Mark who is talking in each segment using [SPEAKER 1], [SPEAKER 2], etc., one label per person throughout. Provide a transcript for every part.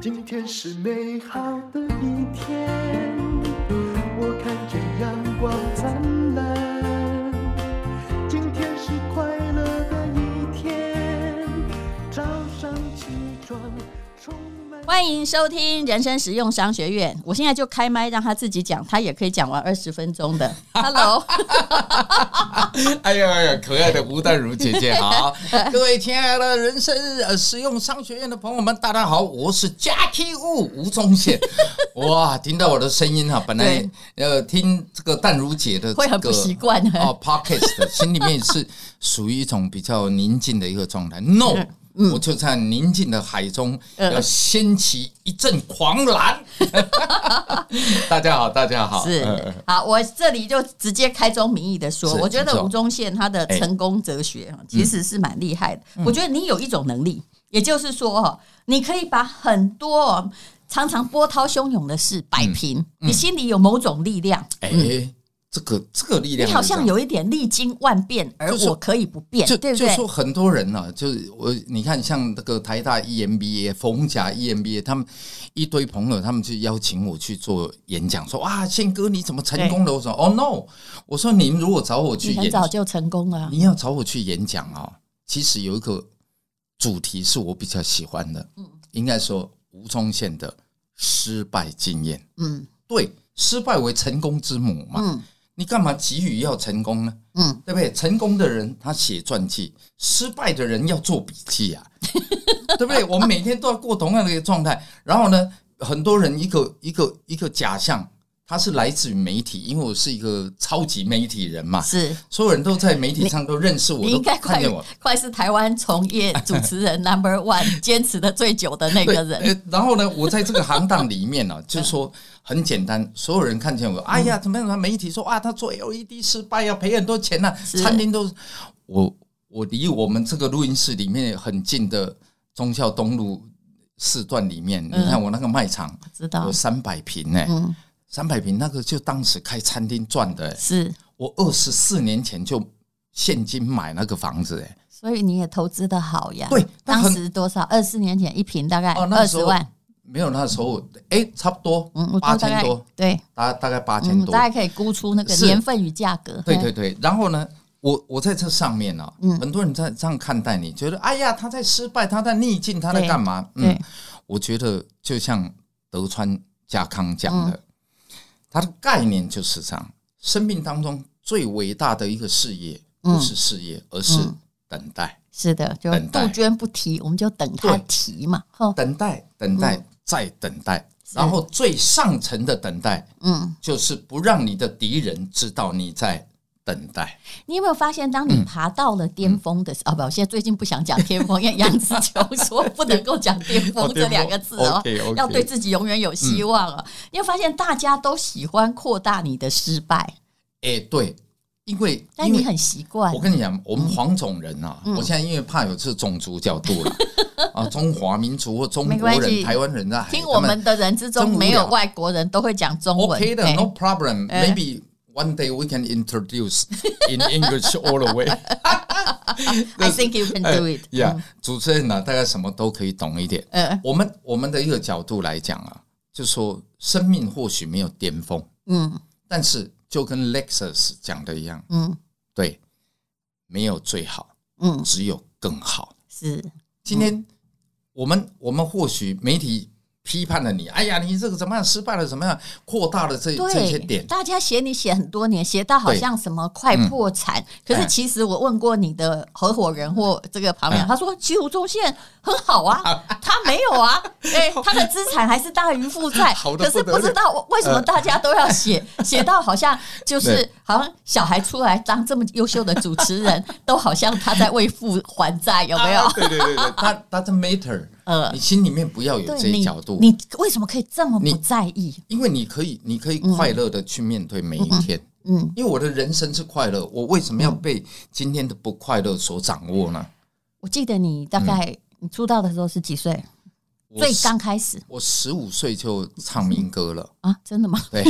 [SPEAKER 1] 今天是美好的一天，我看见阳光灿烂。今天是快乐的一天，早上起床充满。
[SPEAKER 2] 欢迎收听人生实用商学院。我现在就开麦让他自己讲，他也可以讲完二十分钟的。Hello，
[SPEAKER 3] 哎呀哎呀，可爱的吴淡如姐姐 好，各位亲爱的人生呃实用商学院的朋友们，大家好，我是 Jackie Wu 吴 宗宪。哇，听到我的声音哈、本来呃听这个淡如姐 的、这个、
[SPEAKER 2] 会很不习惯的
[SPEAKER 3] 哦，Podcast，心里面是属于一种比较宁静的一个 状态。No，、我就在宁静的海中
[SPEAKER 2] 嗯
[SPEAKER 3] 要掀起一阵狂 澜。 大家好，大家好，
[SPEAKER 2] 是
[SPEAKER 3] 呃
[SPEAKER 2] 好，我这里就直接开宗明义的说，
[SPEAKER 3] 是
[SPEAKER 2] 我觉
[SPEAKER 3] 请哎
[SPEAKER 2] 得
[SPEAKER 3] 说
[SPEAKER 2] 吴宗宪他的成功哲学哈其实是蛮厉害的。
[SPEAKER 3] 嗯
[SPEAKER 2] 我觉得你有一种能力，也就是说哈，你可以把很多哦常常波涛汹涌的事摆平，
[SPEAKER 3] 嗯
[SPEAKER 2] 你心里有某种力量，
[SPEAKER 3] 哎、这个这个力
[SPEAKER 2] 嗯你
[SPEAKER 3] 量是这
[SPEAKER 2] 好
[SPEAKER 3] 样，
[SPEAKER 2] 像有一点历经万变，而
[SPEAKER 3] 就是
[SPEAKER 2] 我可以不变，
[SPEAKER 3] 就
[SPEAKER 2] 对不
[SPEAKER 3] 就
[SPEAKER 2] 对？
[SPEAKER 3] 说很多人呢、啊，就是我你看像那个台大 E EMBA、逢甲 E EMBA，他们一堆朋友，他们就邀请我去做演讲，说哇，宪哥你怎么成功了？我说哦 no，我说您如果找我去
[SPEAKER 2] 你很
[SPEAKER 3] 演，
[SPEAKER 2] 早就成功了啊，
[SPEAKER 3] 你要找我去演讲啊、其实有一个主题是我比较喜欢的，
[SPEAKER 2] 嗯
[SPEAKER 3] 应该说吴宗宪的失败经验，
[SPEAKER 2] 嗯
[SPEAKER 3] 对，失败为成功之母嘛，
[SPEAKER 2] 嗯
[SPEAKER 3] 你干嘛急于要成功呢？
[SPEAKER 2] 嗯，
[SPEAKER 3] 对不对？成功的人他写传记，失败的人要做笔记啊， 对不对？我们每天都要过同样的一个状态。然后呢，很多人一个一个一个假象，它是来自于媒体，因为我是一个超级媒体人嘛，
[SPEAKER 2] 是。
[SPEAKER 3] 所有人都在媒体上都认识我，
[SPEAKER 2] 你
[SPEAKER 3] 都
[SPEAKER 2] 应该
[SPEAKER 3] 看
[SPEAKER 2] 快
[SPEAKER 3] 见我。
[SPEAKER 2] 快是台湾从业主持 人 number one 坚持的最久的那
[SPEAKER 3] 对
[SPEAKER 2] 个，人，
[SPEAKER 3] 呃然后呢，我在这个行当里面呢、 就是说很简单，所有人看见我，哎呀，怎么样？媒体说啊，他做 LED 失败要赔很多钱呐、
[SPEAKER 2] 是
[SPEAKER 3] 餐厅都，我我离我们这个录音室里面很近的忠孝东路四段里面，你看我那个卖场
[SPEAKER 2] 知道
[SPEAKER 3] 有？三百平呢，
[SPEAKER 2] 嗯，
[SPEAKER 3] 三百平那个就当时开餐厅赚的、欸，
[SPEAKER 2] 是，
[SPEAKER 3] 我二十四年前就现金买那个房子、欸，
[SPEAKER 2] 所以你也投资的好呀。
[SPEAKER 3] 对那
[SPEAKER 2] 当
[SPEAKER 3] 很
[SPEAKER 2] 时多少？二四年前一瓶大概
[SPEAKER 3] 哦
[SPEAKER 2] 二
[SPEAKER 3] 那时候
[SPEAKER 2] 十万，
[SPEAKER 3] 没有那时候，哎、差不多
[SPEAKER 2] 嗯，我觉
[SPEAKER 3] 八
[SPEAKER 2] 得大
[SPEAKER 3] 千
[SPEAKER 2] 概
[SPEAKER 3] 多，
[SPEAKER 2] 对，
[SPEAKER 3] 大大概八千
[SPEAKER 2] 嗯，
[SPEAKER 3] 多
[SPEAKER 2] 大。概可以估出那个
[SPEAKER 3] 是
[SPEAKER 2] 年份与价格。
[SPEAKER 3] 对
[SPEAKER 2] 嗯
[SPEAKER 3] 对，对，然后呢，我我在这上面呢、啊，很多人在这样看待你，觉得哎呀，他在失败，他在逆境，他在干嘛？嗯
[SPEAKER 2] 对，
[SPEAKER 3] 我觉得就像德川家康讲的，他的概念就是这样：生命当中最伟大的一个事业，
[SPEAKER 2] 嗯
[SPEAKER 3] 不是事业，而是等待，
[SPEAKER 2] 是的，就
[SPEAKER 3] 等待
[SPEAKER 2] 杜鹃不提，我们就等它
[SPEAKER 3] 对
[SPEAKER 2] 提嘛。吼，
[SPEAKER 3] 等待，等
[SPEAKER 2] 嗯
[SPEAKER 3] 待，再等待，然后最上层的等待
[SPEAKER 2] 嗯，
[SPEAKER 3] 就是不让你的敌人知道你在等待。
[SPEAKER 2] 你有没有发现，当
[SPEAKER 3] 嗯
[SPEAKER 2] 你爬到了巅峰的时候，啊，不，我现在最近不想讲巅峰，因为杨紫琼说不能够讲巅 峰这两个字哦。
[SPEAKER 3] ，OK，OK
[SPEAKER 2] 要对自己永远有希望
[SPEAKER 3] 嗯
[SPEAKER 2] 啊！你会发现大家都喜欢扩大你的失败，
[SPEAKER 3] 哎、对，因为
[SPEAKER 2] 但
[SPEAKER 3] 因
[SPEAKER 2] 你
[SPEAKER 3] 为
[SPEAKER 2] 很嗯习惯
[SPEAKER 3] 我。跟你讲，我们黄种人啊，我现在因为怕有这种族角度了啊，中华民族或中
[SPEAKER 2] 没
[SPEAKER 3] 国
[SPEAKER 2] 关系
[SPEAKER 3] 人、台湾人啊，
[SPEAKER 2] 听
[SPEAKER 3] 哎
[SPEAKER 2] 我
[SPEAKER 3] 他
[SPEAKER 2] 们的人之
[SPEAKER 3] 真
[SPEAKER 2] 中，
[SPEAKER 3] 无聊
[SPEAKER 2] 没有外国人都会讲中文。
[SPEAKER 3] OK 的
[SPEAKER 2] 哎
[SPEAKER 3] ，no problem、
[SPEAKER 2] 哎
[SPEAKER 3] Maybe one day we can introduce in English all the way 。
[SPEAKER 2] I think you can do it
[SPEAKER 3] 哎。呀、主持人呢、大概什么都可以懂一点。
[SPEAKER 2] 呃，
[SPEAKER 3] 我们我们的一个角度来讲啊，就说生命或许没有巅峰，
[SPEAKER 2] 嗯
[SPEAKER 3] 但是就跟 Lexus 讲的一样，
[SPEAKER 2] 嗯
[SPEAKER 3] 对，没有最好，
[SPEAKER 2] 嗯，
[SPEAKER 3] 只有更好。
[SPEAKER 2] 是
[SPEAKER 3] 今
[SPEAKER 2] 嗯
[SPEAKER 3] 天我们、我们或许媒体批判了你，哎呀，你这个怎么样失败了，怎么样扩大了这这些
[SPEAKER 2] 对
[SPEAKER 3] 点，，
[SPEAKER 2] 大家写你写很多年，写到好像什么快破
[SPEAKER 3] 嗯
[SPEAKER 2] 产，可是其实我问过你的合伙人或这个旁边，
[SPEAKER 3] 嗯
[SPEAKER 2] 他说其实吴宗宪很好 啊，他没有啊，对，他的资产还是大于负债，
[SPEAKER 3] 好得
[SPEAKER 2] 可是
[SPEAKER 3] 不得了
[SPEAKER 2] 不知道为什么大家都要 写写到好像就是
[SPEAKER 3] 对
[SPEAKER 2] 好像小孩出来当这么优秀的主持 人，都好像他在为父还债，有没有？
[SPEAKER 3] 啊对对对对，它它的 matter，
[SPEAKER 2] 呃
[SPEAKER 3] 你心里面不要有
[SPEAKER 2] 对
[SPEAKER 3] 这些
[SPEAKER 2] 你
[SPEAKER 3] 角度，
[SPEAKER 2] 你为什么可以这么不
[SPEAKER 3] 你
[SPEAKER 2] 在意？
[SPEAKER 3] 因为你可以你可以快乐的去面对每一天。
[SPEAKER 2] 嗯，
[SPEAKER 3] 因为我的人生是快乐，我为什么要被今天的不快乐所掌握呢？
[SPEAKER 2] 我记得你大概
[SPEAKER 3] 嗯
[SPEAKER 2] 你出道的时候是几岁？
[SPEAKER 3] 我
[SPEAKER 2] 最
[SPEAKER 3] 十
[SPEAKER 2] 刚开始
[SPEAKER 3] 我十五岁就唱民歌了，
[SPEAKER 2] 啊，真的吗？
[SPEAKER 3] 对，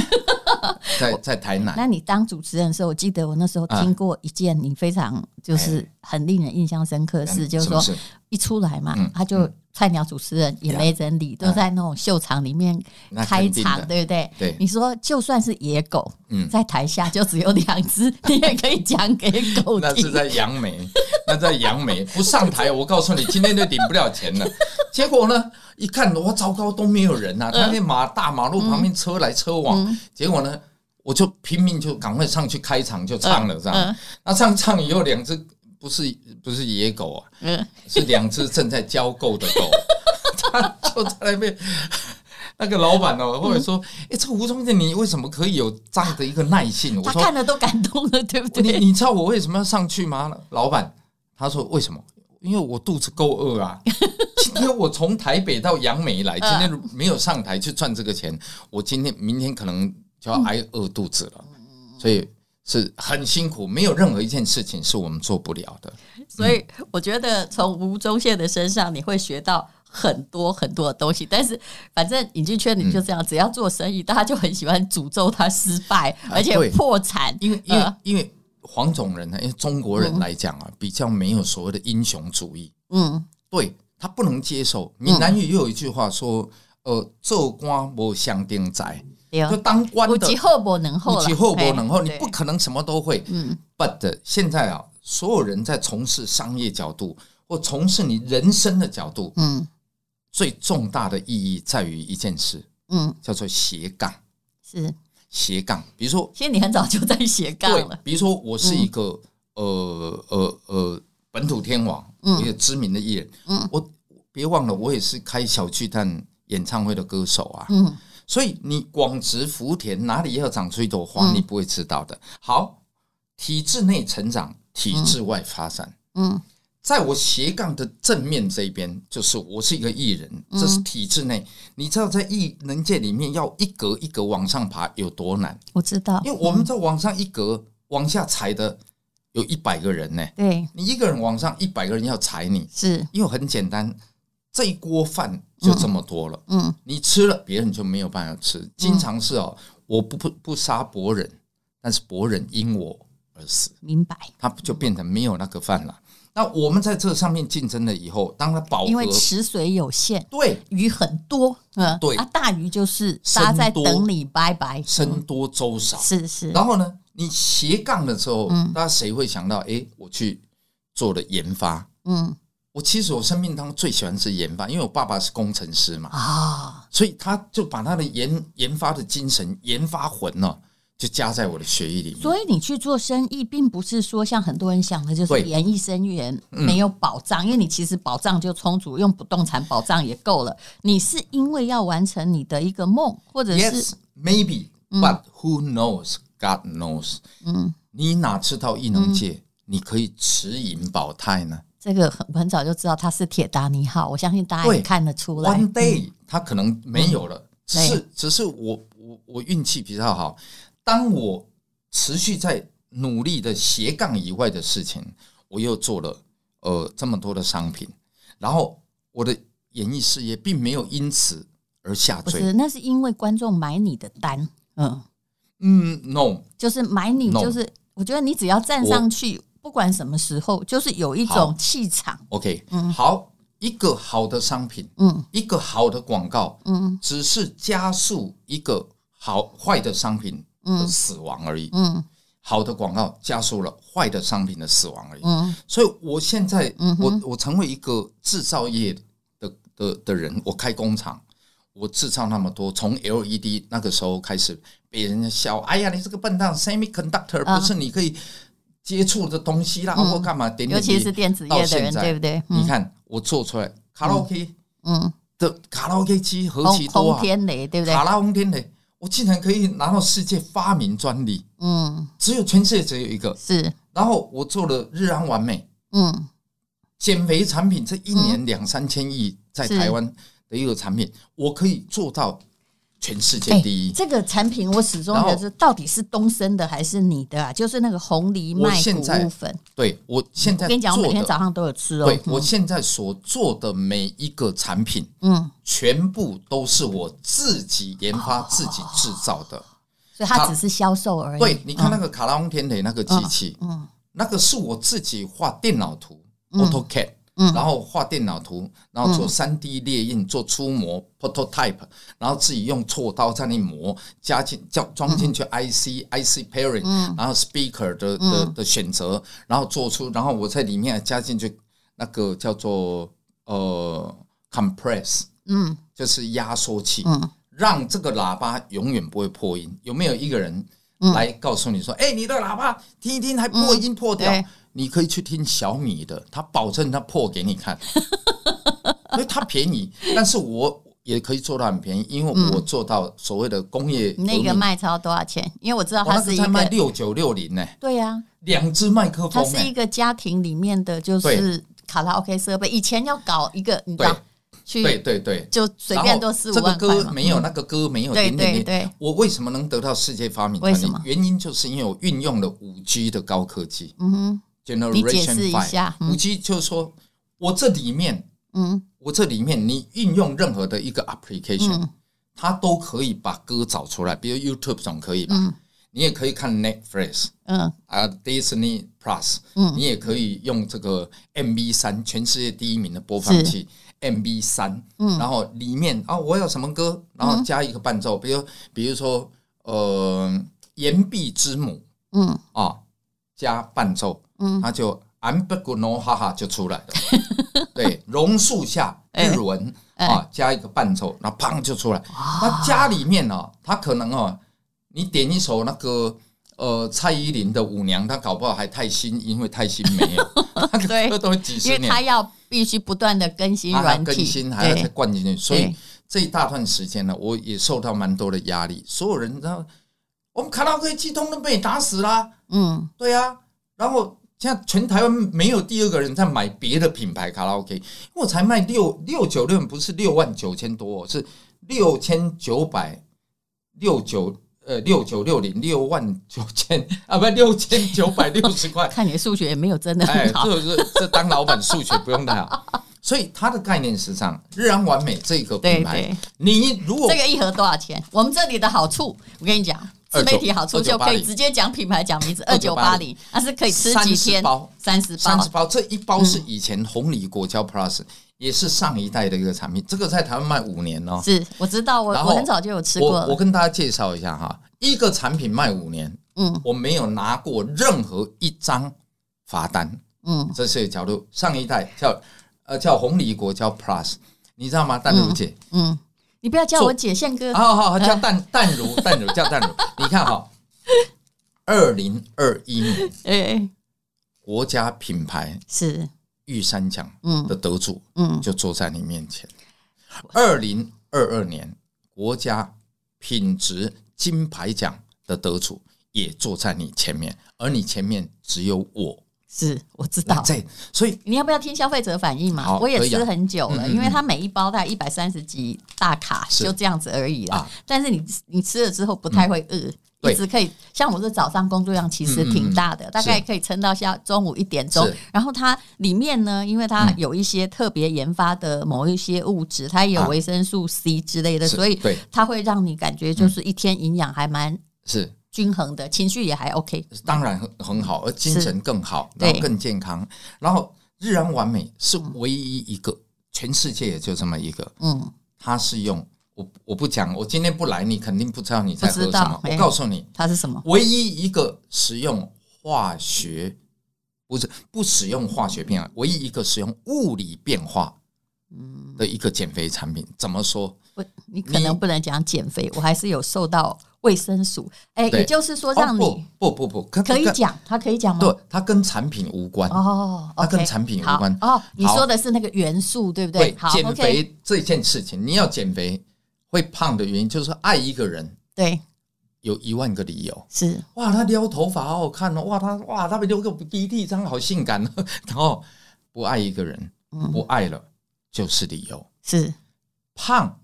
[SPEAKER 3] 在在台南，
[SPEAKER 2] 那你当主持人的时候，我记得我那时候听过一件你非常就是很令人印象深刻的事，就是
[SPEAKER 3] 哎嗯什么
[SPEAKER 2] 说
[SPEAKER 3] 事
[SPEAKER 2] 一出来嘛
[SPEAKER 3] 嗯，
[SPEAKER 2] 他就菜鸟主持人也没人理，都在那种秀场里面
[SPEAKER 3] 那
[SPEAKER 2] 开
[SPEAKER 3] 肯定的
[SPEAKER 2] 场，对不对？
[SPEAKER 3] 对
[SPEAKER 2] 你说就算是野狗，
[SPEAKER 3] 嗯
[SPEAKER 2] 在台下就只有两只，你也可以讲给狗
[SPEAKER 3] 那是
[SPEAKER 2] 听。
[SPEAKER 3] 在杨梅， 那在杨梅不上台，我告诉你，今天就领不了钱了。结果呢，一看哇，糟糕，都没有人啊！他那马大马路旁边车来车往，结果呢，我就拼命就赶快上去开场就唱了，这样。
[SPEAKER 2] 嗯
[SPEAKER 3] 那唱唱以后，两只不是不是野狗啊，
[SPEAKER 2] 嗯，
[SPEAKER 3] 是两只正在交媾的狗， 它就在那边。那个老板哦，或者说，哎、这个吴宗宪，你为什么可以有这样的一个耐性？我
[SPEAKER 2] 他
[SPEAKER 3] 说，
[SPEAKER 2] 看了都感动了，对不
[SPEAKER 3] 你
[SPEAKER 2] 对？
[SPEAKER 3] 你知道我为什么要上去吗？老板，他说为什么？因为我肚子够饿啊！今天我从台北到杨梅来，今天没有上台去赚这个钱，我今天明天可能就要挨饿肚子了，所以是很辛苦，没有任何一件事情是我们做不了的。
[SPEAKER 2] 所以我觉得从吴宗宪的身上，你会学到很多很多的东西。但是反正影剧圈你就这样，只要做生意，大家就很喜欢诅咒他失败，而且
[SPEAKER 3] 哎对
[SPEAKER 2] 破产。
[SPEAKER 3] 因为因为、
[SPEAKER 2] 呃
[SPEAKER 3] 因为黄种人呢，因为中国人来讲啊，比较没有所谓的英雄主义，
[SPEAKER 2] 嗯
[SPEAKER 3] 对他不能接受。闽南语也有一句话说，呃，做官无相定在，
[SPEAKER 2] 对啊
[SPEAKER 3] 就当官
[SPEAKER 2] 有
[SPEAKER 3] 的
[SPEAKER 2] 其后不能后
[SPEAKER 3] 你
[SPEAKER 2] 了，
[SPEAKER 3] 其后不能后，
[SPEAKER 2] 嘿
[SPEAKER 3] 你
[SPEAKER 2] 对
[SPEAKER 3] 不可能什么都会。
[SPEAKER 2] 嗯
[SPEAKER 3] But 现在啊，所有人在从事商业角度或从事你人生的角度，
[SPEAKER 2] 嗯
[SPEAKER 3] 最重大的意义在于一件事，
[SPEAKER 2] 嗯
[SPEAKER 3] 叫做斜杠。
[SPEAKER 2] 是。
[SPEAKER 3] 斜杠，比如说，
[SPEAKER 2] 其实你很早就在斜杠
[SPEAKER 3] 对
[SPEAKER 2] 了，，
[SPEAKER 3] 比如说我是一个、呃呃呃本土天王，
[SPEAKER 2] 嗯
[SPEAKER 3] 一个知名的艺人，
[SPEAKER 2] 嗯
[SPEAKER 3] 我别忘了，我也是开小巨蛋演唱会的歌手啊，
[SPEAKER 2] 嗯
[SPEAKER 3] 所以你广植福田，哪里要长出一朵花，
[SPEAKER 2] 嗯
[SPEAKER 3] 你不会知道的。好，体制内成长，体制外发展。
[SPEAKER 2] 嗯
[SPEAKER 3] 在我斜杠的正面这一边，就是我是一个艺人，
[SPEAKER 2] 嗯
[SPEAKER 3] 这是体制内。你知道，在艺人界里面，要一格一格往上爬有多难？
[SPEAKER 2] 我知道，
[SPEAKER 3] 因为我们在往上一格往下踩的有一百个人呢、
[SPEAKER 2] 对
[SPEAKER 3] 你一个人往上一百个人要踩你，
[SPEAKER 2] 是
[SPEAKER 3] 因为很简单，这一锅饭就这么多了。
[SPEAKER 2] 嗯
[SPEAKER 3] 你吃了，别人就没有办法吃。经常是哦，我不不不杀伯仁，但是伯仁因我而死，
[SPEAKER 2] 明白，
[SPEAKER 3] 他就变成没有那个饭了。那我们在这上面竞争了以后，当它饱
[SPEAKER 2] 因为
[SPEAKER 3] 和，
[SPEAKER 2] 池水有限，
[SPEAKER 3] 对
[SPEAKER 2] 鱼很多，嗯
[SPEAKER 3] 对
[SPEAKER 2] 啊大鱼就是
[SPEAKER 3] 生
[SPEAKER 2] 大家在
[SPEAKER 3] 多
[SPEAKER 2] 等你拜拜，
[SPEAKER 3] 僧多粥少。
[SPEAKER 2] 是是，
[SPEAKER 3] 然后呢，你斜杠的时候，
[SPEAKER 2] 嗯
[SPEAKER 3] 大家谁会想到？诶，我去做了研发。
[SPEAKER 2] 嗯
[SPEAKER 3] 我其实我生命当中最喜欢是研发，因为我爸爸是工程师嘛，
[SPEAKER 2] 啊
[SPEAKER 3] 所以他就把他的研研发的精神、研发魂呢、就加在我的血液里面。
[SPEAKER 2] 所以你去做生意，并不是说像很多人想的，就是
[SPEAKER 3] 对
[SPEAKER 2] 演艺生源
[SPEAKER 3] 嗯
[SPEAKER 2] 没有保障，因为你其实保障就充足，用不动产保障也够了。你是因为要完成你的一个梦，或者是
[SPEAKER 3] Yes, maybe, but who knows? God knows.
[SPEAKER 2] 嗯，
[SPEAKER 3] 你哪知道异能界你可以持盈保泰呢
[SPEAKER 2] 这个很我很早就知道他是铁达尼号，我相信大家也
[SPEAKER 3] 对
[SPEAKER 2] 看得出来。嗯
[SPEAKER 3] ？One day，它可能没有了，只
[SPEAKER 2] 对
[SPEAKER 3] 是只是我我我运气比较好。当我持续在努力的斜杠以外的事情，我又做了呃这么多的商品，然后我的演艺事业并没有因此而下
[SPEAKER 2] 不
[SPEAKER 3] 坠
[SPEAKER 2] 是，。那是因为观众买你的单，嗯，
[SPEAKER 3] 嗯，no，
[SPEAKER 2] 就是买你，
[SPEAKER 3] No
[SPEAKER 2] 就是我觉得你只要站上去，不管什么时候，就是有一
[SPEAKER 3] 好
[SPEAKER 2] 种气场，
[SPEAKER 3] OK，、好，一个好的商品，
[SPEAKER 2] 嗯
[SPEAKER 3] 一个好的广告，
[SPEAKER 2] 嗯
[SPEAKER 3] 只是加速一个好坏的商品的死亡而已。
[SPEAKER 2] 嗯
[SPEAKER 3] 好的广告加速了坏的商品的死亡而已。
[SPEAKER 2] 嗯
[SPEAKER 3] 所以我现在，
[SPEAKER 2] 嗯哼
[SPEAKER 3] 我我成为一个制造业的的的人，我开工厂。我制造那么多，从 LED 那个时候开始被人家笑，哎呀，你这个笨蛋，semiconductor
[SPEAKER 2] 啊
[SPEAKER 3] 不是你可以接触的东西啦，
[SPEAKER 2] 嗯
[SPEAKER 3] 或干嘛点点
[SPEAKER 2] 尤其
[SPEAKER 3] 点
[SPEAKER 2] 是电子
[SPEAKER 3] 到
[SPEAKER 2] 业的
[SPEAKER 3] 现
[SPEAKER 2] 人，
[SPEAKER 3] 在
[SPEAKER 2] 对不对？
[SPEAKER 3] 你
[SPEAKER 2] 嗯
[SPEAKER 3] 看我做出来卡拉 OK
[SPEAKER 2] 嗯，
[SPEAKER 3] 的卡拉 OK 机何
[SPEAKER 2] 轰
[SPEAKER 3] 其多
[SPEAKER 2] 轰
[SPEAKER 3] 啊！
[SPEAKER 2] 天雷，对不对？
[SPEAKER 3] 卡拉 OK 天雷，我竟然可以拿到世界发明专利，
[SPEAKER 2] 嗯，
[SPEAKER 3] 只有全世界只有一个。
[SPEAKER 2] 是，
[SPEAKER 3] 然后我做了日安完美
[SPEAKER 2] 嗯
[SPEAKER 3] 减肥产品，这一年两三千亿在
[SPEAKER 2] 是
[SPEAKER 3] 台湾的一个产品，我可以做到全世界
[SPEAKER 2] 哎，
[SPEAKER 3] 第一。
[SPEAKER 2] 这个产品我始终
[SPEAKER 3] 然
[SPEAKER 2] 觉
[SPEAKER 3] 后
[SPEAKER 2] 得是到底是东升的还是你的啊？就是那个红梨
[SPEAKER 3] 我
[SPEAKER 2] 麦
[SPEAKER 3] 现
[SPEAKER 2] 谷
[SPEAKER 3] 在
[SPEAKER 2] 物粉，
[SPEAKER 3] 对我现在
[SPEAKER 2] 我跟你讲，我每
[SPEAKER 3] 做
[SPEAKER 2] 天
[SPEAKER 3] 的，
[SPEAKER 2] 早上都有吃哦。
[SPEAKER 3] 对我现在所做的每一个产品，
[SPEAKER 2] 嗯，
[SPEAKER 3] 全部都是我自己研发、
[SPEAKER 2] 哦
[SPEAKER 3] 自己制造的。
[SPEAKER 2] 所以它
[SPEAKER 3] 好
[SPEAKER 2] 只是销售而已。
[SPEAKER 3] 对，你看那
[SPEAKER 2] 嗯，
[SPEAKER 3] 个卡拉翁天雷那个机器，
[SPEAKER 2] 嗯
[SPEAKER 3] 那个是我自己画电脑图
[SPEAKER 2] 嗯
[SPEAKER 3] AutoCAD，
[SPEAKER 2] 嗯
[SPEAKER 3] 然后画电脑图，然后做三 D 列印，做出模 prototype，然后自己用锉刀在那里磨，加进叫装进
[SPEAKER 2] 嗯
[SPEAKER 3] 去 IC、IC pairing，、然后 speaker 的的的选择，然后做出，然后我在里面还加进去那个叫做呃 compress，
[SPEAKER 2] 嗯
[SPEAKER 3] 就是压缩器，
[SPEAKER 2] 嗯
[SPEAKER 3] 让这个喇叭永远不会破音。有没有一个人
[SPEAKER 2] 嗯
[SPEAKER 3] 来告诉你说，哎、你的喇叭听一听还破音破掉？
[SPEAKER 2] 对
[SPEAKER 3] 你可以去听小米的，他保证他破给你看， 因为它便宜。但是我也可以做到很便宜，因为我做到所谓的工业革
[SPEAKER 2] 那
[SPEAKER 3] 命
[SPEAKER 2] 个，卖超多少钱？因为我知道
[SPEAKER 3] 我
[SPEAKER 2] 它
[SPEAKER 3] 那
[SPEAKER 2] 是
[SPEAKER 3] 个
[SPEAKER 2] 一
[SPEAKER 3] 才卖
[SPEAKER 2] 个，
[SPEAKER 3] 六九六零呢，
[SPEAKER 2] 对呀，
[SPEAKER 3] 两只麦克
[SPEAKER 2] 它
[SPEAKER 3] 风
[SPEAKER 2] 是
[SPEAKER 3] 呢、
[SPEAKER 2] 一个家庭里面的，就是卡拉 OK 设备。以前要搞一个，你知道，
[SPEAKER 3] 对
[SPEAKER 2] 去
[SPEAKER 3] 对对，
[SPEAKER 2] 就随
[SPEAKER 3] 然
[SPEAKER 2] 便
[SPEAKER 3] 后
[SPEAKER 2] 都四五
[SPEAKER 3] 这个
[SPEAKER 2] 万块
[SPEAKER 3] 歌
[SPEAKER 2] 嘛。嗯
[SPEAKER 3] 没有那个歌没有
[SPEAKER 2] 对
[SPEAKER 3] 点点
[SPEAKER 2] 对
[SPEAKER 3] 点
[SPEAKER 2] 对
[SPEAKER 3] 我为什么能得到世界发明
[SPEAKER 2] 为
[SPEAKER 3] 专利
[SPEAKER 2] 什么？
[SPEAKER 3] 原因就是因为我运用了五 G 的高科技
[SPEAKER 2] 嗯哼，你解释
[SPEAKER 3] ，Generation
[SPEAKER 2] 一
[SPEAKER 3] Five。
[SPEAKER 2] 下，
[SPEAKER 3] 五
[SPEAKER 2] 嗯
[SPEAKER 3] G 就是说我这里面，
[SPEAKER 2] 嗯
[SPEAKER 3] 我这里面你运用任何的一个 application，、
[SPEAKER 2] 嗯
[SPEAKER 3] 它都可以把歌找出来，比如 YouTube 总可以吧？
[SPEAKER 2] 嗯
[SPEAKER 3] 你也可以看 Netflix
[SPEAKER 2] 嗯
[SPEAKER 3] 啊，Disney Plus，、
[SPEAKER 2] 嗯
[SPEAKER 3] 你也可以用这个 MV 三，全世界第一名的播放器 MV 三，
[SPEAKER 2] 嗯
[SPEAKER 3] 然后里面啊、我有什么歌，然后加一个伴奏，比如比如说呃，岩壁之母
[SPEAKER 2] 嗯
[SPEAKER 3] 啊、加伴奏，
[SPEAKER 2] 嗯
[SPEAKER 3] 它就 I'm b e g o no 哈哈就出 来了，对，榕树下
[SPEAKER 2] 哎
[SPEAKER 3] 日文啊、加一个伴奏，然后砰就出来。
[SPEAKER 2] 哇
[SPEAKER 3] 那家里面呢、哦，他可能哦，你点一首那个呃蔡依林的《舞娘》，他搞不好还太新，因为太新没有，那
[SPEAKER 2] 对
[SPEAKER 3] 个歌都几
[SPEAKER 2] 因
[SPEAKER 3] 十
[SPEAKER 2] 为
[SPEAKER 3] 年
[SPEAKER 2] 它，要必须不断的更新
[SPEAKER 3] 它还
[SPEAKER 2] 软
[SPEAKER 3] 要更
[SPEAKER 2] 体，
[SPEAKER 3] 新，还要再
[SPEAKER 2] 对
[SPEAKER 3] 灌进去，所以
[SPEAKER 2] 对
[SPEAKER 3] 这一大段时间呢，我也受到蛮多的压力。所有人他，我们卡拉 OK 机通都被你打死啦，
[SPEAKER 2] 嗯
[SPEAKER 3] 对啊，然后。现在全台湾没有第二个人在买别的品牌卡拉 OK，因为我才卖六六九六，不是六万九千多哦、是六千九百六九呃六九六零六万九千 啊，不六千九百六十 块。
[SPEAKER 2] 看你的数学也没有真的
[SPEAKER 3] 哎，
[SPEAKER 2] 很好，
[SPEAKER 3] 这这这当老板数学不用太好，所以它的概念是这样：日安完美这个
[SPEAKER 2] 对
[SPEAKER 3] 品牌
[SPEAKER 2] 对，。
[SPEAKER 3] 你如 果
[SPEAKER 2] 这个一盒多少钱？我们这里的好处，我跟你讲，自媒体好处
[SPEAKER 3] 2980
[SPEAKER 2] 就可以直接讲品牌、讲名字，二九八零
[SPEAKER 3] 2980，
[SPEAKER 2] 那是可以吃几天
[SPEAKER 3] 30包？
[SPEAKER 2] 三十
[SPEAKER 3] 三
[SPEAKER 2] 包
[SPEAKER 3] 十，包，这一包
[SPEAKER 2] 嗯
[SPEAKER 3] 是以前红梨果胶 Plus，也是上一代的一个产品，这个在台湾卖五年哦。
[SPEAKER 2] 是我知道，我
[SPEAKER 3] 然后
[SPEAKER 2] 我很早就有吃过
[SPEAKER 3] 我我
[SPEAKER 2] 了，
[SPEAKER 3] 跟大家介绍一下哈，一个产品卖五年，
[SPEAKER 2] 嗯
[SPEAKER 3] 我没有拿过任何一张罚单，
[SPEAKER 2] 嗯
[SPEAKER 3] 这是一个角度。上一代叫呃叫红梨国叫 Plus，你知道吗？淡如姐，
[SPEAKER 2] 嗯，你不要叫我姐宪哥，
[SPEAKER 3] 好好好，叫淡淡如 淡如叫淡如。你看哈、二零二一年
[SPEAKER 2] 哎，
[SPEAKER 3] 国家品牌
[SPEAKER 2] 是，
[SPEAKER 3] 玉山奖
[SPEAKER 2] 嗯
[SPEAKER 3] 的得主
[SPEAKER 2] 嗯
[SPEAKER 3] 就坐在你面前。二零二二年国家品质金牌奖的得主也坐在你前面，而你前面只有我。
[SPEAKER 2] 是，我知
[SPEAKER 3] 那
[SPEAKER 2] 道。
[SPEAKER 3] 这所以
[SPEAKER 2] 你要不要听消费者反应嘛？
[SPEAKER 3] 好
[SPEAKER 2] 我也
[SPEAKER 3] 可以啊
[SPEAKER 2] 吃很久了，
[SPEAKER 3] 嗯嗯嗯
[SPEAKER 2] 因为它每一包大概一百三十几大卡，
[SPEAKER 3] 是
[SPEAKER 2] 就这样子而已啦。
[SPEAKER 3] 啊
[SPEAKER 2] 但是你你吃了之后不太会饿。
[SPEAKER 3] 嗯对
[SPEAKER 2] 一
[SPEAKER 3] 嗯
[SPEAKER 2] 直可以，像我这早上工作量其实挺大的，大概可以撑到下中午一点钟
[SPEAKER 3] 是。
[SPEAKER 2] 然后它里面呢，因为它
[SPEAKER 3] 嗯
[SPEAKER 2] 有一些特别研发的某一些物质，它也有
[SPEAKER 3] 啊
[SPEAKER 2] 维生素 C 之类的，
[SPEAKER 3] 是
[SPEAKER 2] 所以
[SPEAKER 3] 对嗯
[SPEAKER 2] 它会让你感觉就是一天营养还蛮
[SPEAKER 3] 是
[SPEAKER 2] 均衡的，情绪也还 OK。
[SPEAKER 3] 当然很很好，而精神更好，
[SPEAKER 2] 对
[SPEAKER 3] 然后更健康，然后日安完美是唯一一个，全世界也就这么一个，
[SPEAKER 2] 嗯，
[SPEAKER 3] 它是用我我不讲，我今天不来，你肯定不知道你在喝
[SPEAKER 2] 不知
[SPEAKER 3] 什
[SPEAKER 2] 道
[SPEAKER 3] 么。
[SPEAKER 2] 哎
[SPEAKER 3] 我告诉你，
[SPEAKER 2] 它是什么？
[SPEAKER 3] 唯一一个使用化学不是不使用化学变化，唯一一个使用物理变化
[SPEAKER 2] 嗯，
[SPEAKER 3] 的一个减肥产品。怎么说？
[SPEAKER 2] 我你可能不能讲减肥，我还是有受到卫生署，哎、
[SPEAKER 3] 对
[SPEAKER 2] 也就是说让你、
[SPEAKER 3] 哦不不不不，跟
[SPEAKER 2] 可以
[SPEAKER 3] 跟
[SPEAKER 2] 讲，他可以讲吗？
[SPEAKER 3] 对，它跟产品无关。
[SPEAKER 2] 哦，OK，
[SPEAKER 3] 它跟产品无关
[SPEAKER 2] 好哦，你
[SPEAKER 3] 好
[SPEAKER 2] 说的是那个元素，对不
[SPEAKER 3] 对
[SPEAKER 2] 好
[SPEAKER 3] 减
[SPEAKER 2] OK，
[SPEAKER 3] 肥这件事情，你要减肥会胖的原因，就是说爱一个人
[SPEAKER 2] 对，
[SPEAKER 3] 有一万个理由。
[SPEAKER 2] 是，
[SPEAKER 3] 哇，他撩头发好好看哦！哇，他哇，他留个鼻涕，这样好性感哦。 然后不爱一个人，
[SPEAKER 2] 嗯，
[SPEAKER 3] 不爱了就是理由。
[SPEAKER 2] 是，
[SPEAKER 3] 胖，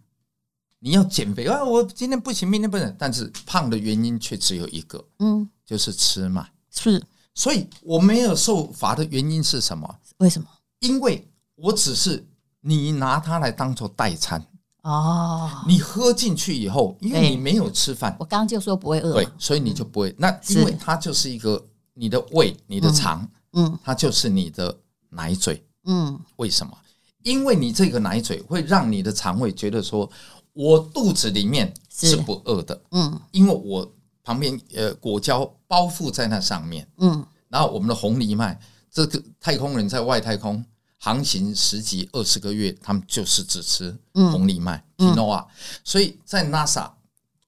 [SPEAKER 3] 你要减肥啊！我今天不行，明天不能。但是胖的原因却只有一个，
[SPEAKER 2] 嗯，
[SPEAKER 3] 就是吃嘛。
[SPEAKER 2] 是
[SPEAKER 3] 所以我没有受罚的原因是什么？
[SPEAKER 2] 为什么？
[SPEAKER 3] 因为我只是你拿它来当做代餐，
[SPEAKER 2] 哦，
[SPEAKER 3] 你喝进去以后，因为
[SPEAKER 2] 对
[SPEAKER 3] 你没有吃饭，
[SPEAKER 2] 我刚刚就说不会饿嗯
[SPEAKER 3] 对
[SPEAKER 2] 嘛，，
[SPEAKER 3] 所以你就不会。那
[SPEAKER 2] 是
[SPEAKER 3] 因为它就是一个你的胃、你的肠，
[SPEAKER 2] 嗯
[SPEAKER 3] 它就是你的奶嘴，
[SPEAKER 2] 嗯，
[SPEAKER 3] 为什么？因为你这个奶嘴会让你的肠胃觉得说，我肚子里面是
[SPEAKER 2] 是
[SPEAKER 3] 不饿的，
[SPEAKER 2] 嗯
[SPEAKER 3] 因为我旁边呃果胶包覆在那上面，
[SPEAKER 2] 嗯，
[SPEAKER 3] 然后我们的红藜麦，这个太空人在外太空航行十几二十个月，他们就是只吃红藜麦 （quinoa），、所以在 NASA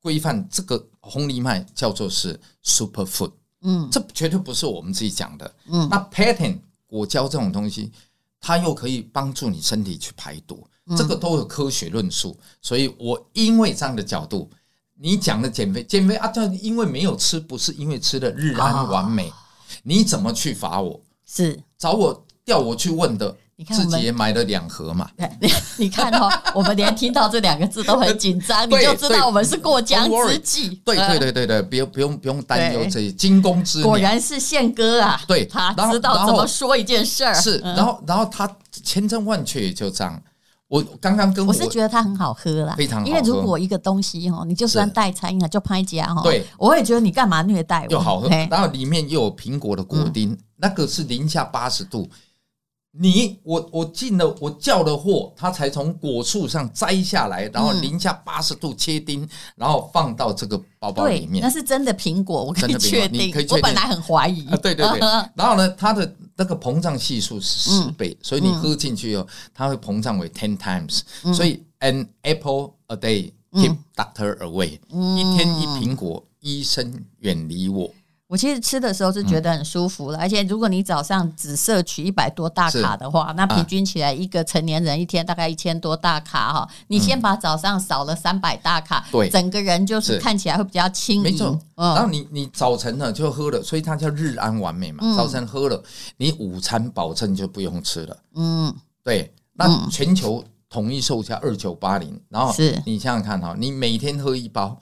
[SPEAKER 3] 规范这个红藜麦叫做是 superfood。
[SPEAKER 2] 嗯，
[SPEAKER 3] 这绝对不是我们自己讲的。
[SPEAKER 2] 嗯
[SPEAKER 3] 那 patent 果胶这种东西，它又可以帮助你身体去排毒，
[SPEAKER 2] 嗯
[SPEAKER 3] 这个都有科学论述。所以我因为这样的角度，你讲的减肥，减肥啊，对，因为没有吃，不是因为吃的日安完美，
[SPEAKER 2] 啊
[SPEAKER 3] 你怎么去罚我？
[SPEAKER 2] 是。
[SPEAKER 3] 找我调我去问的
[SPEAKER 2] 你，看我
[SPEAKER 3] 自
[SPEAKER 2] 们
[SPEAKER 3] 己也买了两盒嘛。
[SPEAKER 2] 你你看哦，我们连听到这两个字都很紧张，你
[SPEAKER 3] 对
[SPEAKER 2] 就知
[SPEAKER 3] 对
[SPEAKER 2] 道我们是过江
[SPEAKER 3] Don't worry
[SPEAKER 2] 之鲫。
[SPEAKER 3] 对
[SPEAKER 2] 呃
[SPEAKER 3] 对，对对对，不用不用不用担忧
[SPEAKER 2] 对
[SPEAKER 3] 这些惊弓之
[SPEAKER 2] 果
[SPEAKER 3] 鸟。
[SPEAKER 2] 然是宪哥啊，
[SPEAKER 3] 对
[SPEAKER 2] 他
[SPEAKER 3] 然后
[SPEAKER 2] 知道
[SPEAKER 3] 然
[SPEAKER 2] 怎
[SPEAKER 3] 后
[SPEAKER 2] 么说一件事儿。
[SPEAKER 3] 是，
[SPEAKER 2] 嗯
[SPEAKER 3] 然后然后他千真万确也就这样。我刚刚跟
[SPEAKER 2] 我
[SPEAKER 3] 我
[SPEAKER 2] 是觉得它很好喝啦，
[SPEAKER 3] 非常好喝
[SPEAKER 2] 因为如果一个东西哦，你就算
[SPEAKER 3] 是
[SPEAKER 2] 代餐啊，就拍家哈，
[SPEAKER 3] 对，
[SPEAKER 2] 我也觉得你干嘛虐待我？
[SPEAKER 3] 又好喝，
[SPEAKER 2] 嘿嗯
[SPEAKER 3] 然后里面又有苹果的果丁，那个是零下八十度。你我我进了我叫的货，它才从果树上摘下来，然后
[SPEAKER 2] 嗯
[SPEAKER 3] 零下八十度切丁，然后放到这个包包里
[SPEAKER 2] 对，
[SPEAKER 3] 面
[SPEAKER 2] 那。是真的苹果，我可以
[SPEAKER 3] 真的苹果
[SPEAKER 2] 确
[SPEAKER 3] 你
[SPEAKER 2] 定
[SPEAKER 3] 可以确。定
[SPEAKER 2] 我本来很怀疑 嗯
[SPEAKER 3] 啊，，对对 对。然后呢，它的那个膨胀系数是十倍，
[SPEAKER 2] 嗯
[SPEAKER 3] 所以你喝进去以后，它会膨胀为 ten times、所
[SPEAKER 2] 嗯
[SPEAKER 3] 以 an apple a day keep doctor away，、一
[SPEAKER 2] 嗯
[SPEAKER 3] 天一苹果，医生远离我。
[SPEAKER 2] 我其实吃的时候是
[SPEAKER 3] 嗯
[SPEAKER 2] 觉得很舒服了，而且如果你早上只摄取一百多大卡的话，那平
[SPEAKER 3] 嗯
[SPEAKER 2] 均起来一个成年人一天大概一千多大卡哈。你先把早上少了三百大卡，
[SPEAKER 3] 嗯对
[SPEAKER 2] 整个人就是是看起来会比较轻
[SPEAKER 3] 没错
[SPEAKER 2] 盈。，
[SPEAKER 3] 然
[SPEAKER 2] 嗯
[SPEAKER 3] 后你你早晨呢就喝了，所以它叫日安完美嘛。
[SPEAKER 2] 嗯
[SPEAKER 3] 早晨喝了，你午餐保证就不用吃了。
[SPEAKER 2] 嗯，
[SPEAKER 3] 对，那全球统一售价二九八零，然后
[SPEAKER 2] 是
[SPEAKER 3] 你想想看哈，你每天喝一包，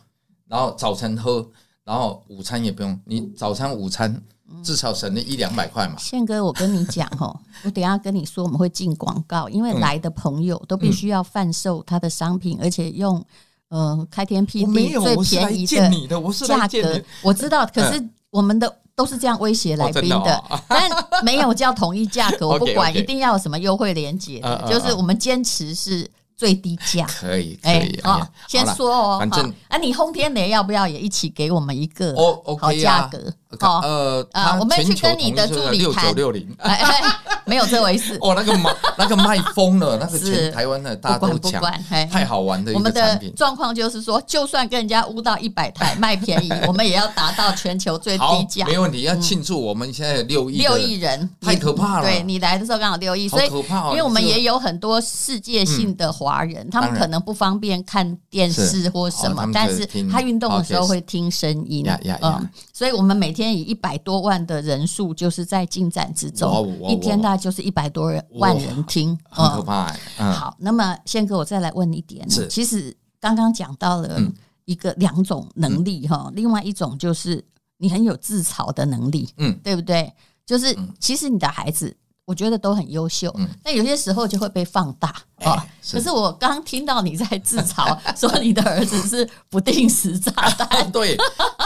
[SPEAKER 3] 然后早晨喝，然后午餐也不用，你早餐午餐至少省了一两百块嘛。
[SPEAKER 2] 宪哥，我跟你讲哦，我等一下跟你说我们会进广告，因为
[SPEAKER 3] 嗯
[SPEAKER 2] 来的朋友都必须要贩售他的商品，而且用呃开天辟
[SPEAKER 3] 我没
[SPEAKER 2] 地
[SPEAKER 3] 有，
[SPEAKER 2] 最
[SPEAKER 3] 我是来
[SPEAKER 2] 便宜
[SPEAKER 3] 见你的，我是来
[SPEAKER 2] 价
[SPEAKER 3] 见
[SPEAKER 2] 格
[SPEAKER 3] 你。嗯
[SPEAKER 2] 我知道，可是我们的都是这样威胁来宾
[SPEAKER 3] 哦真的
[SPEAKER 2] 的
[SPEAKER 3] 哦，
[SPEAKER 2] 但没有叫统一价 格，我不
[SPEAKER 3] OK，OK
[SPEAKER 2] 管，一定要有什么优惠连接
[SPEAKER 3] 嗯嗯
[SPEAKER 2] 的
[SPEAKER 3] 嗯，
[SPEAKER 2] 就是我们坚持是最低价。
[SPEAKER 3] 可以，可
[SPEAKER 2] 哎
[SPEAKER 3] 以，哎
[SPEAKER 2] 哦
[SPEAKER 3] 呀，
[SPEAKER 2] 先
[SPEAKER 3] 好啦
[SPEAKER 2] 说哦，
[SPEAKER 3] 反正
[SPEAKER 2] 好啊，你轰天雷要不要也一起给我们一个
[SPEAKER 3] 哦，OK
[SPEAKER 2] 好价
[SPEAKER 3] 啊
[SPEAKER 2] 格？哦，
[SPEAKER 3] 呃，
[SPEAKER 2] 啊我们去跟你的助理
[SPEAKER 3] 六九
[SPEAKER 2] 谈
[SPEAKER 3] 六零。
[SPEAKER 2] 哎哎，没有这回 事，
[SPEAKER 3] 哦，那个卖那个卖 疯了，那个全
[SPEAKER 2] 是
[SPEAKER 3] 台湾的大
[SPEAKER 2] 不
[SPEAKER 3] 家都
[SPEAKER 2] 管不
[SPEAKER 3] 抢，
[SPEAKER 2] 管，哎
[SPEAKER 3] 太好玩的一
[SPEAKER 2] 我
[SPEAKER 3] 个
[SPEAKER 2] 们的
[SPEAKER 3] 产品。
[SPEAKER 2] 状况就是说，就算跟人家污到一百台卖便 宜，我们也要达到全球最
[SPEAKER 3] 好
[SPEAKER 2] 低，价。
[SPEAKER 3] 没问题，要庆祝我们现在有六亿的
[SPEAKER 2] 六亿人，
[SPEAKER 3] 太可怕了
[SPEAKER 2] 对你来的时候刚好六亿，
[SPEAKER 3] 好
[SPEAKER 2] 所以
[SPEAKER 3] 可怕哦
[SPEAKER 2] 因为我们
[SPEAKER 3] 这个
[SPEAKER 2] 也有很多世界性的华人，他
[SPEAKER 3] 当
[SPEAKER 2] 们
[SPEAKER 3] 然
[SPEAKER 2] 可能不方便看电视
[SPEAKER 3] 是
[SPEAKER 2] 或什
[SPEAKER 3] 哦他
[SPEAKER 2] 么
[SPEAKER 3] 们，
[SPEAKER 2] 但
[SPEAKER 3] 就是
[SPEAKER 2] 是
[SPEAKER 3] 听
[SPEAKER 2] 他运动的时候
[SPEAKER 3] podcast
[SPEAKER 2] 会听声音
[SPEAKER 3] 呀呀，呀
[SPEAKER 2] 嗯，所以我们每天以一百多万的人数就是在进展之
[SPEAKER 3] 哇
[SPEAKER 2] 中
[SPEAKER 3] 哦，哇哦
[SPEAKER 2] 一天大概就是一百多人
[SPEAKER 3] 哇
[SPEAKER 2] 万人听，
[SPEAKER 3] 很可
[SPEAKER 2] 嗯
[SPEAKER 3] 怕欸。嗯，
[SPEAKER 2] 好，那么宪哥，我再来问你一点
[SPEAKER 3] 是，
[SPEAKER 2] 其实刚刚讲到了
[SPEAKER 3] 嗯
[SPEAKER 2] 一个两种能力哈，另外一种就是你很有自嘲的能力，
[SPEAKER 3] 嗯，
[SPEAKER 2] 对不对？就是
[SPEAKER 3] 嗯
[SPEAKER 2] 其实你的孩子，我觉得都很优秀
[SPEAKER 3] 嗯，
[SPEAKER 2] 但有些时候就会被放大
[SPEAKER 3] 哎
[SPEAKER 2] 啊。
[SPEAKER 3] 是
[SPEAKER 2] 可是我刚听到你在自 嘲，说你的儿子是不定时炸弹，
[SPEAKER 3] 哎对，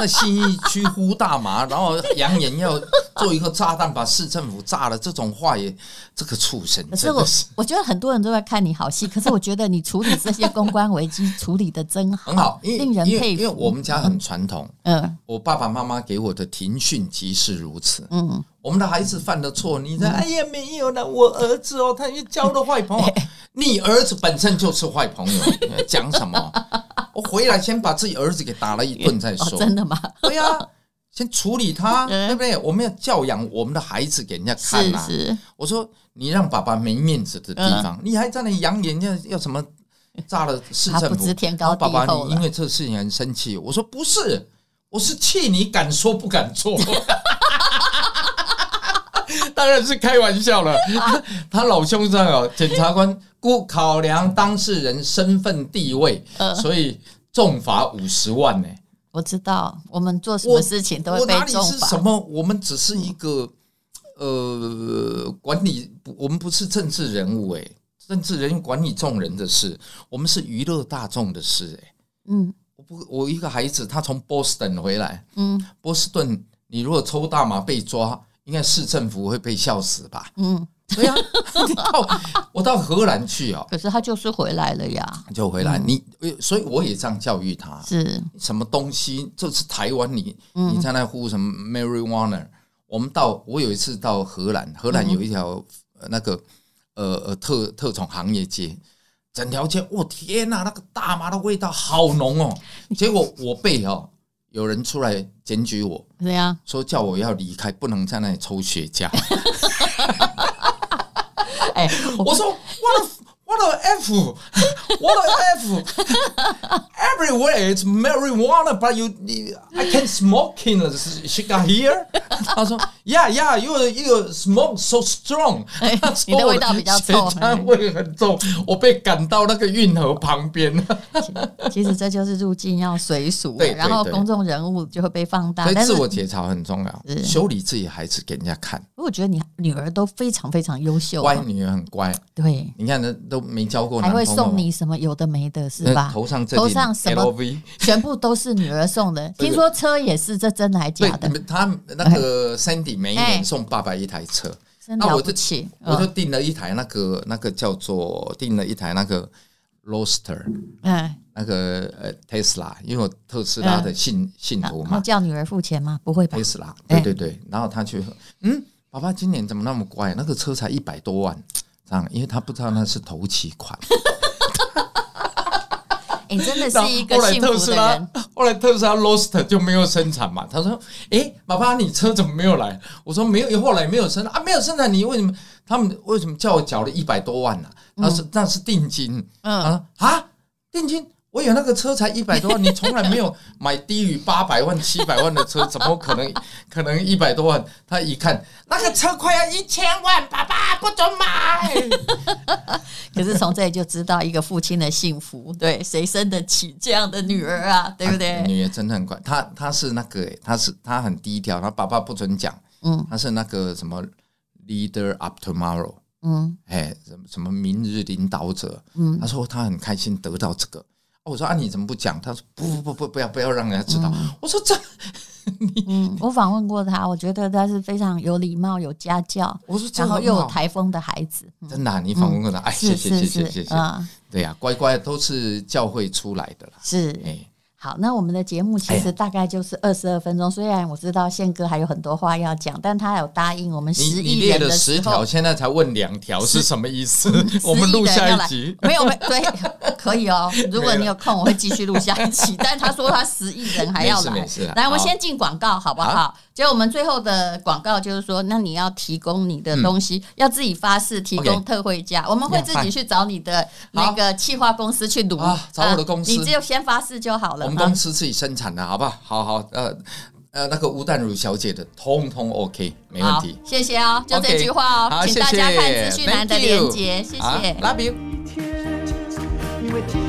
[SPEAKER 3] 在新一区呼大麻，然后扬言要做一个炸弹把市政府炸了，这种话也这个畜生
[SPEAKER 2] 可是
[SPEAKER 3] 真
[SPEAKER 2] 我
[SPEAKER 3] 的是
[SPEAKER 2] 我觉得很多人都在看你好戏，可是我觉得你处理这些公关危机处理的真好，
[SPEAKER 3] 很好，因为
[SPEAKER 2] 令人
[SPEAKER 3] 因为
[SPEAKER 2] 佩
[SPEAKER 3] 因为我
[SPEAKER 2] 服。
[SPEAKER 3] 们家很传统，
[SPEAKER 2] 嗯
[SPEAKER 3] 我爸爸妈妈给我的庭训即是如此。
[SPEAKER 2] 嗯，
[SPEAKER 3] 我们的孩子犯了错，你在哎呀没有了，我儿子哦，他又交了 坏朋友。你儿子本身就是坏朋友，你讲 什么？我回来先把自己儿子给打了一顿再
[SPEAKER 2] 哦，
[SPEAKER 3] 说。
[SPEAKER 2] 真的吗？
[SPEAKER 3] 对呀、先处理 他，
[SPEAKER 2] 嗯
[SPEAKER 3] 对不对？我们要教养我们的孩子给人家看
[SPEAKER 2] 是
[SPEAKER 3] 啊。
[SPEAKER 2] 是，
[SPEAKER 3] 我说你让爸爸没面子的地
[SPEAKER 2] 嗯
[SPEAKER 3] 方，你还在那里扬言要要什么炸了市政
[SPEAKER 2] 他
[SPEAKER 3] 府，
[SPEAKER 2] 不知天高地厚
[SPEAKER 3] 然后
[SPEAKER 2] 了
[SPEAKER 3] 爸爸，你因为这事情很生气。我说不是，我是气你敢说不敢做。 当然是开玩笑了。 他老兄这样哦，检察官故考量当事人身份地位，
[SPEAKER 2] 嗯
[SPEAKER 3] 所以重罚五十万呢、
[SPEAKER 2] 我知道，我们做什
[SPEAKER 3] 我
[SPEAKER 2] 么事情都
[SPEAKER 3] 我
[SPEAKER 2] 会被
[SPEAKER 3] 哪里
[SPEAKER 2] 重
[SPEAKER 3] 是什
[SPEAKER 2] 罚。
[SPEAKER 3] 么？我们只是一个呃管理，我们不是政治人物哎、政治人物管理众人的事，我们是娱乐大众的事哎、
[SPEAKER 2] 嗯
[SPEAKER 3] 我不，我一个孩子，他从波士顿回来，
[SPEAKER 2] 嗯
[SPEAKER 3] 波士顿，你如果抽大麻被抓，应该市政府会被笑死吧？
[SPEAKER 2] 嗯，
[SPEAKER 3] 对呀、你到我到荷兰去哦，
[SPEAKER 2] 可是他就是回来了呀，
[SPEAKER 3] 就回
[SPEAKER 2] 嗯
[SPEAKER 3] 来。你所以我也这样教育他，
[SPEAKER 2] 是
[SPEAKER 3] 什么东西？这是台湾你你在那呼什么 marijuana？我们到我有一次到荷兰，荷兰有一条呃那个呃呃特特种行业街，整条街，我天哪、那个大麻的味道好浓哦！结果我被哦有人出来检举我
[SPEAKER 2] 这样。
[SPEAKER 3] 说叫我要离开，不能在那里抽雪茄。
[SPEAKER 2] 哎，
[SPEAKER 3] 我说我的我的 F，我 的 F，everywhere it's marijuana, but you, you I can smoking. She got here. 他说 Yeah, yeah, you you smoke so strong.
[SPEAKER 2] 哎
[SPEAKER 3] 他说
[SPEAKER 2] 你的味道比较臭哎
[SPEAKER 3] 我血浆味很重，我被赶到那个运河旁边。
[SPEAKER 2] 啊其实这就是入境要随俗，
[SPEAKER 3] 对对
[SPEAKER 2] 然后
[SPEAKER 3] 对
[SPEAKER 2] 公众人物就会被放大
[SPEAKER 3] 所。以
[SPEAKER 2] 但是
[SPEAKER 3] 自，我觉察很重要，
[SPEAKER 2] 是
[SPEAKER 3] 修理自己孩子给人家看。
[SPEAKER 2] 我觉得你女儿都非常非常优秀啊，
[SPEAKER 3] 乖女儿很乖，
[SPEAKER 2] 对，
[SPEAKER 3] 你看她都没交过男
[SPEAKER 2] 还会
[SPEAKER 3] 朋友，啊
[SPEAKER 2] 送你什么有的没的，是吧？
[SPEAKER 3] 头上这
[SPEAKER 2] 头
[SPEAKER 3] 顶
[SPEAKER 2] 上什么
[SPEAKER 3] LV。
[SPEAKER 2] 全部都是女儿送的。
[SPEAKER 3] 对
[SPEAKER 2] 听说车也是，这真的还
[SPEAKER 3] 对
[SPEAKER 2] 假，的
[SPEAKER 3] 你？们他那个 Sandy 每一
[SPEAKER 2] 哎
[SPEAKER 3] 年送爸爸一台车，
[SPEAKER 2] 真
[SPEAKER 3] 那
[SPEAKER 2] 了
[SPEAKER 3] 我
[SPEAKER 2] 不
[SPEAKER 3] 就
[SPEAKER 2] 起！
[SPEAKER 3] 我就
[SPEAKER 2] 嗯
[SPEAKER 3] 订了一台那个那个叫做订了一台那个 Roadster
[SPEAKER 2] 嗯，
[SPEAKER 3] 那个呃 Tesla，因为我特斯拉的信信
[SPEAKER 2] 然
[SPEAKER 3] 徒
[SPEAKER 2] 后
[SPEAKER 3] 嘛
[SPEAKER 2] 叫女儿付钱吗？不会吧？
[SPEAKER 3] ，Tesla，
[SPEAKER 2] 哎
[SPEAKER 3] 对对对，然后他去说，嗯，爸爸今年怎么那么乖？那个车才一百多万，这样，因为他不知道那是头期款。
[SPEAKER 2] 哎，真的
[SPEAKER 3] 然
[SPEAKER 2] 是
[SPEAKER 3] 后
[SPEAKER 2] 一
[SPEAKER 3] 后
[SPEAKER 2] 个
[SPEAKER 3] 来
[SPEAKER 2] 幸
[SPEAKER 3] 特
[SPEAKER 2] 福
[SPEAKER 3] 斯
[SPEAKER 2] 的
[SPEAKER 3] 拉
[SPEAKER 2] 人。，
[SPEAKER 3] 后来特斯拉 Roadster 就没有生产嘛。他说：“诶，爸爸，你车怎么没有来？”我说：“没有，后来没有生产啊，没有生产，你为什么？他们为什么叫我缴了一百多万呢、啊他说：“那是定金。”
[SPEAKER 2] 嗯，
[SPEAKER 3] 他说：“啊，定金。”我有那个车才一百多万，你从来没有买低于八百万、七百万的车，怎么可能？ 可能一百多万？他一看，那个车快要一千万，爸爸不准买。
[SPEAKER 2] 可是从这里就知道一个父亲的幸福，对，谁生得起这样的女儿啊？对不
[SPEAKER 3] 啊
[SPEAKER 2] 对？
[SPEAKER 3] 女儿真的很乖，她她是那个、欸，她是她很低调，她爸爸不准讲，
[SPEAKER 2] 嗯
[SPEAKER 3] 她是那个什么 leader up tomorrow，
[SPEAKER 2] 嗯
[SPEAKER 3] 哎、什么什么明日领导者，
[SPEAKER 2] 嗯
[SPEAKER 3] 她说她很开心得到这个。哦我说啊，你怎么不讲？她说不不不不，不要不要让人家知道。我说这，
[SPEAKER 2] 嗯，我访问过他，我觉得他是非常有礼貌、有家教，
[SPEAKER 3] 我说这
[SPEAKER 2] 然后
[SPEAKER 3] 很
[SPEAKER 2] 又有
[SPEAKER 3] 好
[SPEAKER 2] 台风的孩子。嗯
[SPEAKER 3] 真的啊、你访问过她，哎，谢
[SPEAKER 2] 是
[SPEAKER 3] 谢
[SPEAKER 2] 是
[SPEAKER 3] 谢谢谢
[SPEAKER 2] 是，
[SPEAKER 3] 谢，
[SPEAKER 2] 嗯，
[SPEAKER 3] 对呀、乖乖都是教会出来的啦，
[SPEAKER 2] 是
[SPEAKER 3] 哎、。
[SPEAKER 2] 好，那我们的节目其
[SPEAKER 3] 哎
[SPEAKER 2] 实大概就是二十二分钟。虽然我知道宪哥还有很多话要讲，但他有答应我们
[SPEAKER 3] 你
[SPEAKER 2] 十
[SPEAKER 3] 你
[SPEAKER 2] 亿
[SPEAKER 3] 列
[SPEAKER 2] 人
[SPEAKER 3] 了
[SPEAKER 2] 的
[SPEAKER 3] 十
[SPEAKER 2] 时
[SPEAKER 3] 条，
[SPEAKER 2] 候，
[SPEAKER 3] 现在才问两条是什么意思？ 我们
[SPEAKER 2] 10
[SPEAKER 3] 录
[SPEAKER 2] 亿人
[SPEAKER 3] 下
[SPEAKER 2] 要
[SPEAKER 3] 一
[SPEAKER 2] 来
[SPEAKER 3] 集
[SPEAKER 2] 。没有没对，可以 哦。如果
[SPEAKER 3] 没了
[SPEAKER 2] 你有空，我会继续录下一 期。但他说他十亿人还要
[SPEAKER 3] 没事
[SPEAKER 2] 来
[SPEAKER 3] 没事啦，
[SPEAKER 2] 来，我们
[SPEAKER 3] 好
[SPEAKER 2] 先进广告好不好
[SPEAKER 3] 好？
[SPEAKER 2] 就我们最后的广告就是说，那你要提供你的东西，要自己发誓提供
[SPEAKER 3] 嗯 OK
[SPEAKER 2] 特惠价，我们会自己去找你的那个企划公司去撸
[SPEAKER 3] 好啊找我的公司
[SPEAKER 2] 你只有先发誓就好了。
[SPEAKER 3] 我们
[SPEAKER 2] 啊
[SPEAKER 3] 公司自己生产的，好不好？好好，呃呃，那个吴淡如小姐的，通通 OK，没问
[SPEAKER 2] 好，
[SPEAKER 3] 题。
[SPEAKER 2] 谢谢哦，就这句话哦
[SPEAKER 3] 好，
[SPEAKER 2] 请大
[SPEAKER 3] 谢
[SPEAKER 2] 家
[SPEAKER 3] 谢
[SPEAKER 2] 看资讯栏的
[SPEAKER 3] Thank
[SPEAKER 2] 链
[SPEAKER 3] you
[SPEAKER 2] 接，谢谢。
[SPEAKER 3] 好，Love you。
[SPEAKER 1] 一天，因为今